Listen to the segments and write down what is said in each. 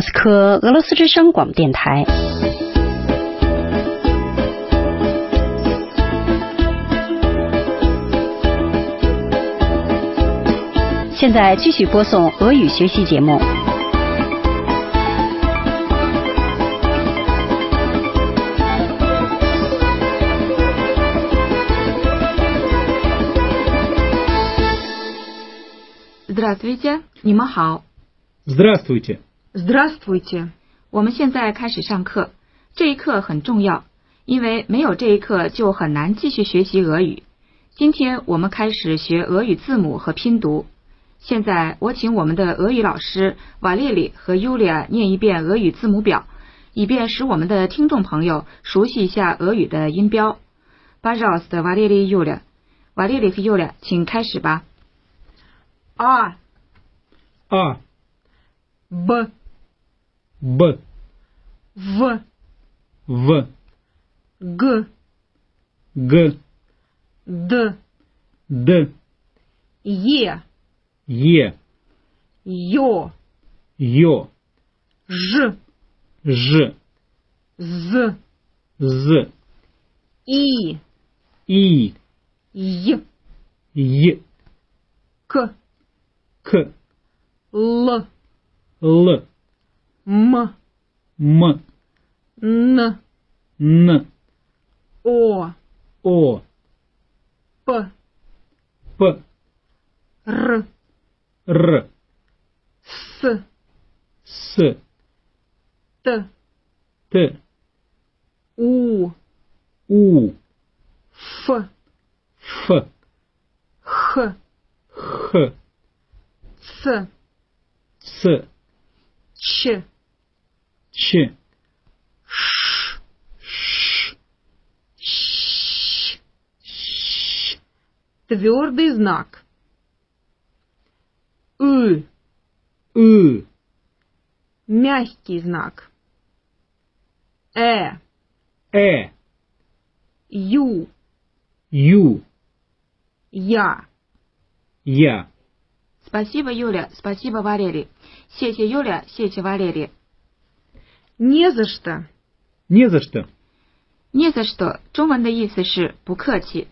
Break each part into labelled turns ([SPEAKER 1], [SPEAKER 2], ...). [SPEAKER 1] 莫斯科，俄罗斯之声广播电台。现在继续播送俄语学习节目。
[SPEAKER 2] Здравствуйте，你们好。
[SPEAKER 3] Здравствуйте.
[SPEAKER 2] Здравствуйте，我们现在开始上课。这一课很重要，因为没有这一课就很难继续学习俄语。今天我们开始学俄语字母和拼读。现在我请我们的俄语老师瓦列里和尤利亚念一遍俄语字母表，以便使我们的听众朋友熟悉一下俄语的音标。巴扎斯的瓦列里尤利亚，瓦列里和尤利亚，请开始吧。啊
[SPEAKER 3] А,
[SPEAKER 2] b
[SPEAKER 3] Б,
[SPEAKER 2] v
[SPEAKER 3] В,
[SPEAKER 2] g
[SPEAKER 3] Г,
[SPEAKER 2] d
[SPEAKER 3] Д,
[SPEAKER 2] e
[SPEAKER 3] Е,
[SPEAKER 2] ё
[SPEAKER 3] Ё,
[SPEAKER 2] ж
[SPEAKER 3] Ж,
[SPEAKER 2] з
[SPEAKER 3] З,
[SPEAKER 2] и
[SPEAKER 3] И,
[SPEAKER 2] й
[SPEAKER 3] Е,
[SPEAKER 2] к
[SPEAKER 3] К,
[SPEAKER 2] л
[SPEAKER 3] Л,
[SPEAKER 2] м
[SPEAKER 3] М,
[SPEAKER 2] н
[SPEAKER 3] Н,
[SPEAKER 2] о
[SPEAKER 3] О,
[SPEAKER 2] п
[SPEAKER 3] П,
[SPEAKER 2] р
[SPEAKER 3] Р,
[SPEAKER 2] с
[SPEAKER 3] С,
[SPEAKER 2] т
[SPEAKER 3] Т,
[SPEAKER 2] у
[SPEAKER 3] У,
[SPEAKER 2] ф
[SPEAKER 3] Ф,
[SPEAKER 2] х
[SPEAKER 3] Х,
[SPEAKER 2] ц
[SPEAKER 3] Ц,
[SPEAKER 2] ч
[SPEAKER 3] Ч,
[SPEAKER 2] ш
[SPEAKER 3] Ш.
[SPEAKER 2] щ твердый знак ы
[SPEAKER 3] Ы,
[SPEAKER 2] мягкий знак э
[SPEAKER 3] Э,
[SPEAKER 2] ю
[SPEAKER 3] Ю,
[SPEAKER 2] я
[SPEAKER 3] Я.
[SPEAKER 2] Спасибо, Юля. Спасибо, Валерий. 谢谢 Юля，谢谢 Валерий。Не за что.
[SPEAKER 3] Не за что.
[SPEAKER 2] Не за что 中文的意思是不客气。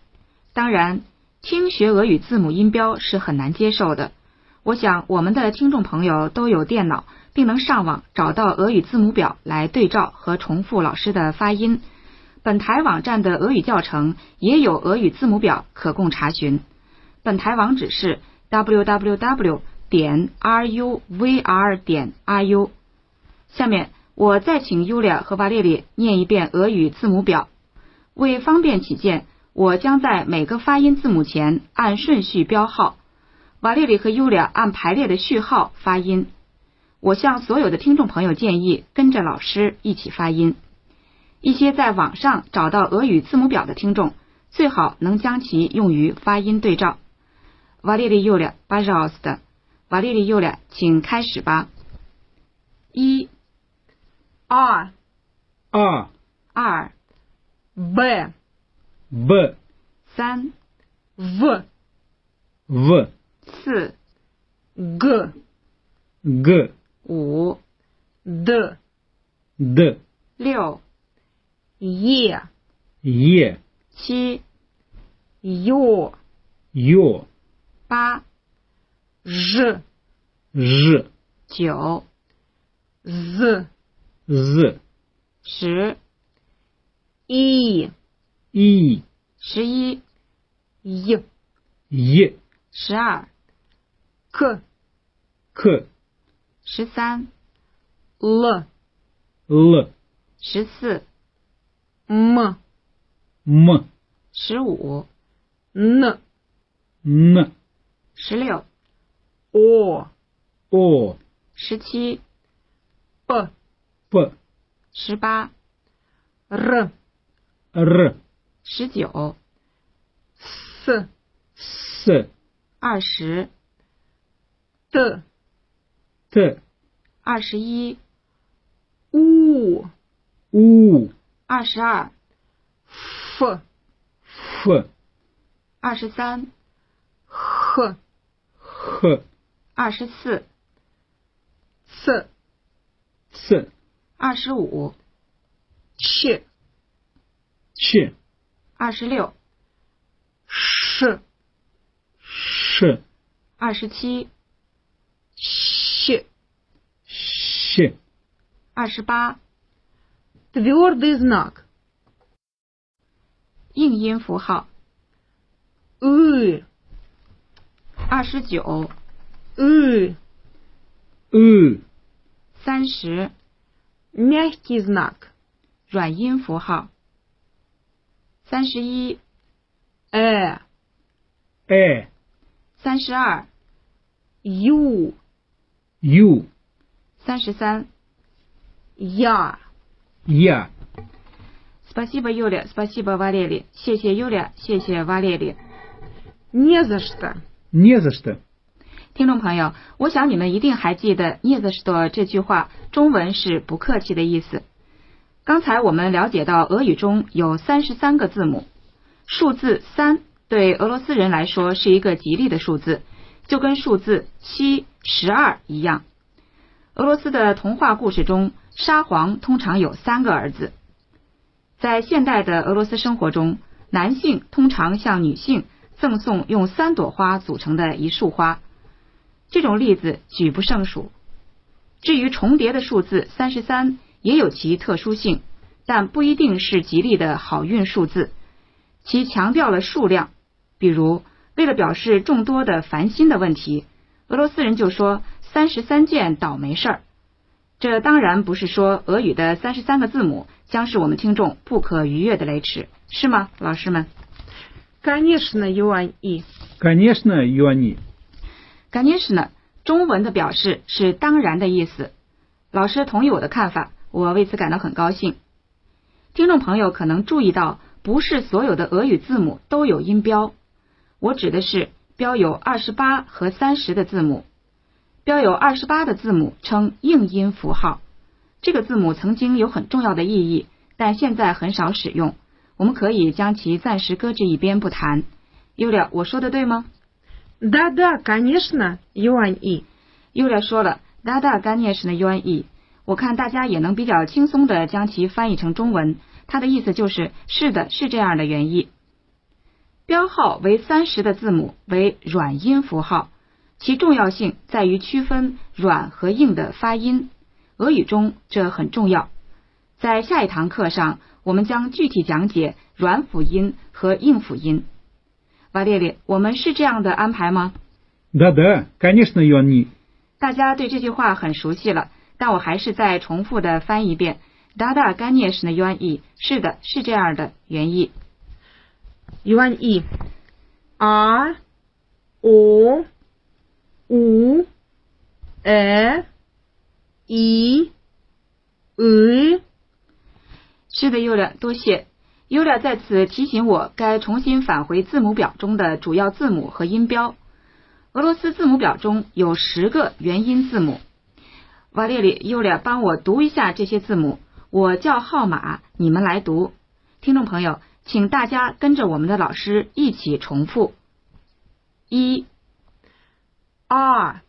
[SPEAKER 2] 当然，听学俄语字母音标是很难接受的。我想我们的听众朋友都有电脑，并能上网找到俄语字母表来对照和重复老师的发音。本台网站的俄语教程也有俄语字母表可供查询。本台网址是 www 点 ruvr 点 ru。下面我再请 Yulia 和瓦列里念一遍俄语字母表。为方便起见，我将在每个发音字母前按顺序标号。瓦列里和 Yulia 按排列的序号发音。我向所有的听众朋友建议，跟着老师一起发音。一些在网上找到俄语字母表的听众，最好能将其用于发音对照。瓦列里尤列巴扎奥斯的，瓦列里尤列，请开始吧。一、二、
[SPEAKER 3] А,
[SPEAKER 2] 二、b、
[SPEAKER 3] Б,
[SPEAKER 2] 三、v、
[SPEAKER 3] В,
[SPEAKER 2] 四、g、
[SPEAKER 3] Г,
[SPEAKER 2] 五、d、
[SPEAKER 3] Д,
[SPEAKER 2] 六、e、
[SPEAKER 3] Е,
[SPEAKER 2] 七、u、
[SPEAKER 3] Ё,
[SPEAKER 2] 八、j、
[SPEAKER 3] Ж,
[SPEAKER 2] 九、z、
[SPEAKER 3] З,
[SPEAKER 2] 十、i、
[SPEAKER 3] И,
[SPEAKER 2] 十一、y、
[SPEAKER 3] Е,
[SPEAKER 2] 十二、k、
[SPEAKER 3] К,
[SPEAKER 2] 十三、l、
[SPEAKER 3] Л,
[SPEAKER 2] 十四、m、
[SPEAKER 3] М,
[SPEAKER 2] 十五、n、
[SPEAKER 3] Н,
[SPEAKER 2] 十六、o、
[SPEAKER 3] О,
[SPEAKER 2] 十七、b、
[SPEAKER 3] П,
[SPEAKER 2] 十八、r、
[SPEAKER 3] Р,
[SPEAKER 2] 十九、s、
[SPEAKER 3] С,
[SPEAKER 2] 二十、d、
[SPEAKER 3] Т,
[SPEAKER 2] 二十一、u、
[SPEAKER 3] У,
[SPEAKER 2] 二十二、f、
[SPEAKER 3] Ф,
[SPEAKER 2] 二十三、h、
[SPEAKER 3] Х,
[SPEAKER 2] 二十四、c、
[SPEAKER 3] 四
[SPEAKER 2] 二十五、
[SPEAKER 4] 去
[SPEAKER 3] 去
[SPEAKER 2] 二十六、
[SPEAKER 4] 是
[SPEAKER 3] 是
[SPEAKER 2] 二十七、
[SPEAKER 4] щ.
[SPEAKER 3] 是
[SPEAKER 2] 二十八
[SPEAKER 4] Твердый знак.
[SPEAKER 2] 硬音符号，
[SPEAKER 4] Ы,
[SPEAKER 2] 二十九、
[SPEAKER 4] ы.
[SPEAKER 3] 呃
[SPEAKER 2] 三十
[SPEAKER 4] Мягкий знак.
[SPEAKER 2] 软音符号，三十一、
[SPEAKER 4] Э,
[SPEAKER 3] 哎
[SPEAKER 2] 三十二、
[SPEAKER 4] ю,
[SPEAKER 3] u
[SPEAKER 2] 三十三。
[SPEAKER 4] я.
[SPEAKER 3] ya
[SPEAKER 2] Спасибо, Юля. Спасибо, Валерий. 谢谢 Юля，谢谢 Валерий。
[SPEAKER 4] Не за что.
[SPEAKER 3] не за что
[SPEAKER 2] 听众朋友，我想你们一定还记得“nie z что” 这句话，中文是“不客气”的意思。刚才我们了解到，俄语中有三十三个字母，数字三对俄罗斯人来说是一个吉利的数字，就跟数字七、十二一样。俄罗斯的童话故事中，沙皇通常有三个儿子。在现代的俄罗斯生活中，男性通常向女性赠送用三朵花组成的一束花。这种例子举不胜数。至于重叠的数字三十三，也有其特殊性，但不一定是吉利的好运数字。其强调了数量，比如为了表示众多的烦心的问题，俄罗斯人就说三十三件倒霉事儿。这当然不是说俄语的三十三个字母将是我们听众不可逾越的雷池，是吗，老师们？
[SPEAKER 4] Конечно, юань и.
[SPEAKER 3] конечно юани
[SPEAKER 2] конечно 中文的表示是当然的意思。老师同意我的看法，我为此感到很高兴。听众朋友可能注意到，不是所有的俄语字母都有音标，我指的是标有二十八和三十的字母。标有二十八的字母称硬音符号，这个字母曾经有很重要的意义，但现在很少使用。我们可以将其暂时搁置一边不谈。Yulia，我说的对吗？
[SPEAKER 4] Да-да, конечно, юань и.
[SPEAKER 2] Yulia 说了，Dada g a n e s h 的 yuan yi，我看大家也能比较轻松的将其翻译成中文，它的意思就是是的，是这样的原意。标号为三十的字母为软音符号，其重要性在于区分软和硬的发音。俄语中这很重要。在下一堂课上，我们将具体讲解软辅音和硬辅音。瓦列列，我们是这样的安排吗？
[SPEAKER 3] да да конечно юани
[SPEAKER 2] 大家对这句话很熟悉了，但我还是再重复的翻一遍。Dada g a n e s h 的原意是的，是这样的原意。
[SPEAKER 4] Юань и. А, о, у, э, и, ы,
[SPEAKER 2] 是的，Yulia，多谢。Yulia 在此提醒我该重新返回字母表中的主要字母和音标。俄罗斯字母表中有十个元音字母。瓦列里，Yulia 帮我读一下这些字母，我叫号码，你们来读。听众朋友，请大家跟着我们的老师一起重复：一、
[SPEAKER 4] а,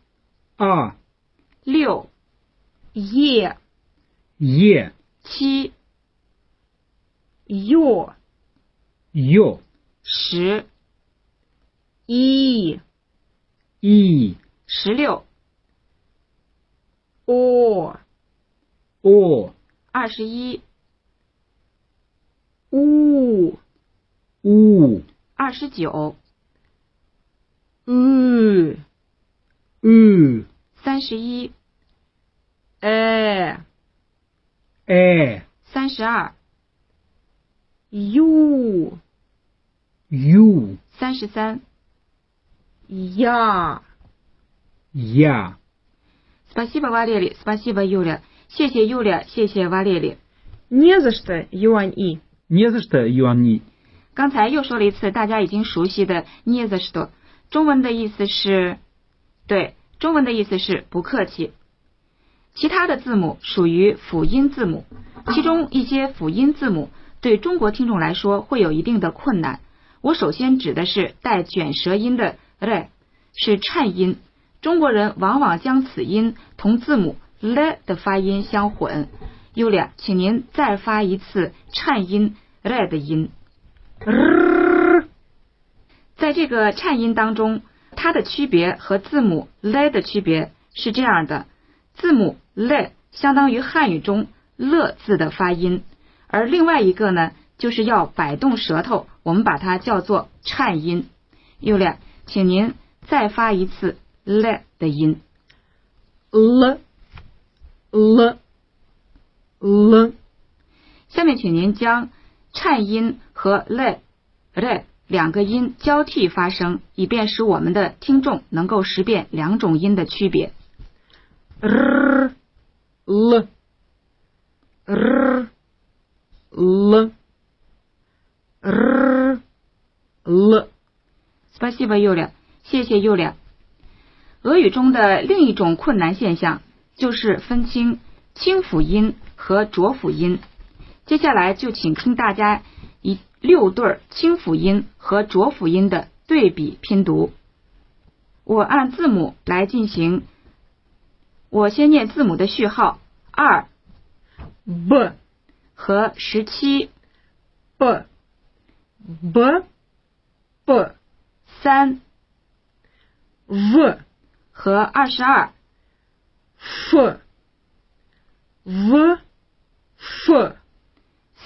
[SPEAKER 3] а
[SPEAKER 2] 六、
[SPEAKER 4] е,
[SPEAKER 3] е
[SPEAKER 2] 七、
[SPEAKER 4] ё,
[SPEAKER 3] ё
[SPEAKER 2] 十、
[SPEAKER 4] и,
[SPEAKER 3] и
[SPEAKER 2] 十六、
[SPEAKER 4] о,
[SPEAKER 3] о
[SPEAKER 2] 二十一、
[SPEAKER 4] у,
[SPEAKER 3] у
[SPEAKER 2] 二十九、
[SPEAKER 4] ы,
[SPEAKER 3] ы
[SPEAKER 2] 三十一、
[SPEAKER 4] э,
[SPEAKER 3] э
[SPEAKER 2] 三十二、
[SPEAKER 4] ю,
[SPEAKER 3] ю
[SPEAKER 2] 三十三。
[SPEAKER 4] я,
[SPEAKER 3] я
[SPEAKER 2] Спасибо, Валерий. Спасибо, Юля. 谢谢 Юля，谢谢 Валерий。
[SPEAKER 4] Не за что, юань и.
[SPEAKER 3] не за что юани
[SPEAKER 2] 刚才又说了一次大家已经熟悉的 “не за что”，中文的意思是，对，中文的意思是不客气。其他的字母属于辅音字母，其中一些辅音字母对中国听众来说会有一定的困难。我首先指的是带卷舌音的 “re”，是颤音，中国人往往将此音同字母 l 的发音相混。Yulia，请您再发一次颤音 l 的音。在这个颤音当中，它的区别和字母 l 的区别是这样的：字母 l 相当于汉语中“乐”字的发音，而另外一个呢，就是要摆动舌头，我们把它叫做颤音。Yulia，请您再发一次 l 的音。
[SPEAKER 4] л, л, л,
[SPEAKER 2] 下面请您将颤音和 le le 两个音交替发声，以便使我们的听众能够识辨两种音的区别。
[SPEAKER 4] р, л, р, л, р, л.
[SPEAKER 2] Спасибо, Юля，谢谢 Юля。俄语中的另一种困难现象就是分清清辅音和浊辅音。接下来就请听大家以六对儿清辅音和浊辅音的对比拼读。我按字母来进行，我先念字母的序号二
[SPEAKER 4] Б,
[SPEAKER 2] 和十七、
[SPEAKER 4] П, Б, П,
[SPEAKER 2] 三
[SPEAKER 4] В,
[SPEAKER 2] 和二十二。
[SPEAKER 4] Ф, В, Ф,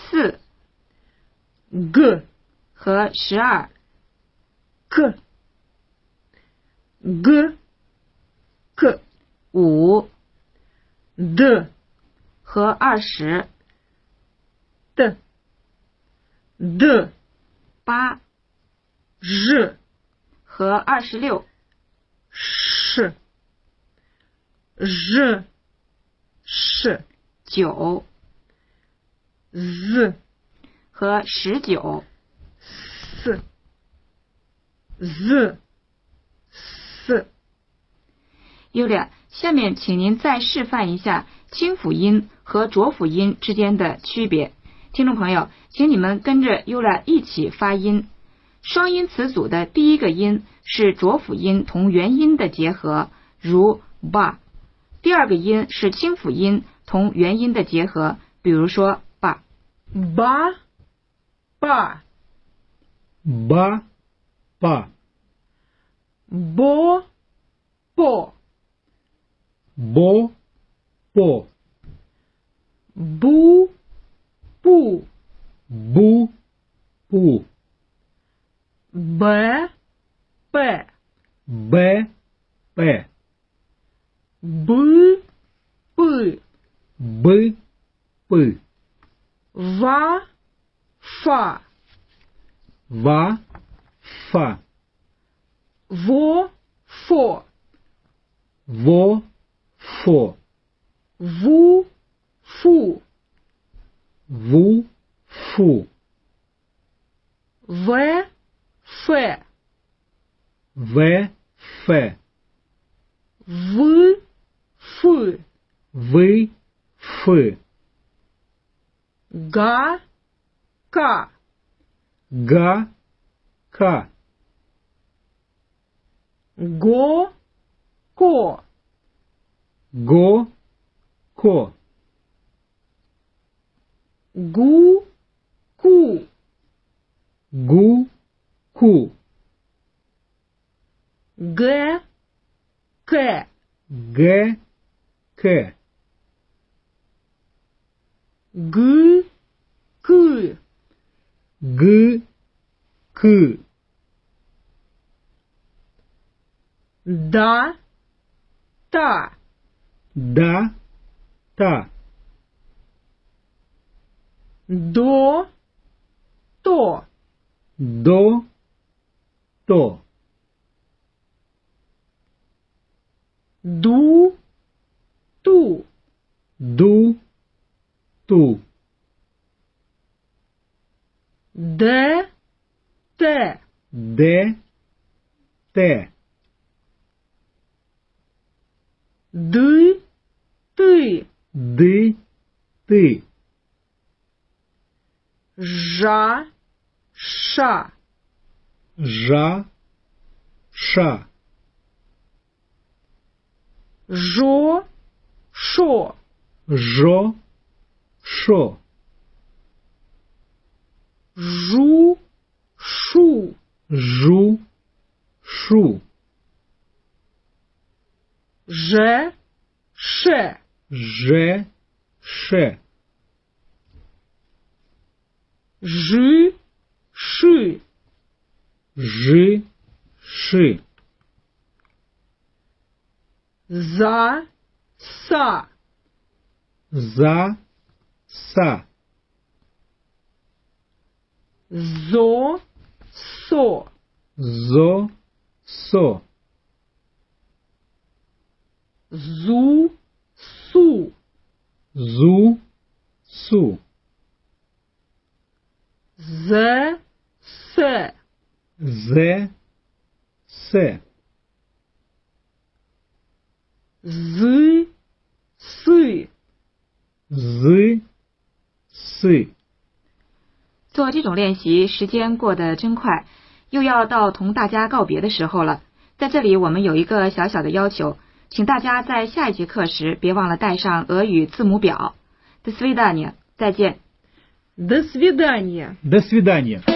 [SPEAKER 2] 四
[SPEAKER 4] Г,
[SPEAKER 2] 和十二，
[SPEAKER 4] К, Г, К,
[SPEAKER 2] 五
[SPEAKER 4] Д,
[SPEAKER 2] 和二十
[SPEAKER 4] Т, Д,
[SPEAKER 2] 八
[SPEAKER 4] Ж,
[SPEAKER 2] 和二十六，
[SPEAKER 4] Ш, Ж, Ш,
[SPEAKER 2] 九
[SPEAKER 4] З,
[SPEAKER 2] 和十九，
[SPEAKER 4] С, З, С,
[SPEAKER 2] 优良，下面请您再示范一下清辅音和浊辅音之间的区别。听众朋友，请你们跟着优良一起发音。双音词组的第一个音是浊辅音同元音的结合，如 ba；第二个音是清辅音同元音的结合，比如说 ba。
[SPEAKER 4] Ба, Па,
[SPEAKER 3] ба, па,
[SPEAKER 4] Бо, По,
[SPEAKER 3] бо, по,
[SPEAKER 4] Бу, Пу,
[SPEAKER 3] бу, пу,
[SPEAKER 4] Б, П,
[SPEAKER 3] б, п,
[SPEAKER 4] Б, П,
[SPEAKER 3] б, п,
[SPEAKER 4] Ва, Фа,
[SPEAKER 3] ва, фа,
[SPEAKER 4] Во, Фо,
[SPEAKER 3] во, фо,
[SPEAKER 4] Ву, Фу,
[SPEAKER 3] ву, фу,
[SPEAKER 4] В, Фе,
[SPEAKER 3] в, фе,
[SPEAKER 4] В, Фы,
[SPEAKER 3] вы, фы,
[SPEAKER 4] Га, Ка,
[SPEAKER 3] га, ка,
[SPEAKER 4] Го, Ко,
[SPEAKER 3] го, ко,
[SPEAKER 4] Гу, Ку,
[SPEAKER 3] гу, ку,
[SPEAKER 4] Г, К,
[SPEAKER 3] г, к,
[SPEAKER 4] Г, К,
[SPEAKER 3] г, к,
[SPEAKER 4] Да, Та,
[SPEAKER 3] да, та,
[SPEAKER 4] До, То,
[SPEAKER 3] до, то,
[SPEAKER 4] Ду, Ту,
[SPEAKER 3] ду, ту,
[SPEAKER 4] Д, Те,
[SPEAKER 3] де, те,
[SPEAKER 4] Ды, Ты,
[SPEAKER 3] ды, ты,
[SPEAKER 4] Жа, Ша,
[SPEAKER 3] жа, ша,
[SPEAKER 4] Жо, шо,
[SPEAKER 3] жо, шо,
[SPEAKER 4] жу, шу,
[SPEAKER 3] жу, шу,
[SPEAKER 4] же, ше,
[SPEAKER 3] же, ше,
[SPEAKER 4] жи, ши,
[SPEAKER 3] жи, ши,
[SPEAKER 4] за, са,
[SPEAKER 3] за, са,
[SPEAKER 4] зо, со,
[SPEAKER 3] зо, со,
[SPEAKER 4] зу, су,
[SPEAKER 3] зу, су,
[SPEAKER 4] зе, се,
[SPEAKER 3] зе, се,
[SPEAKER 4] зы, сы,
[SPEAKER 3] зы, сы.
[SPEAKER 2] 做这种练习，时间过得真快，又要到同大家告别的时候了。在这里，我们有一个小小的要求，请大家在下一节课时别忘了带上俄语字母表。До свидания，再见。
[SPEAKER 4] до свидания.
[SPEAKER 3] До свидания.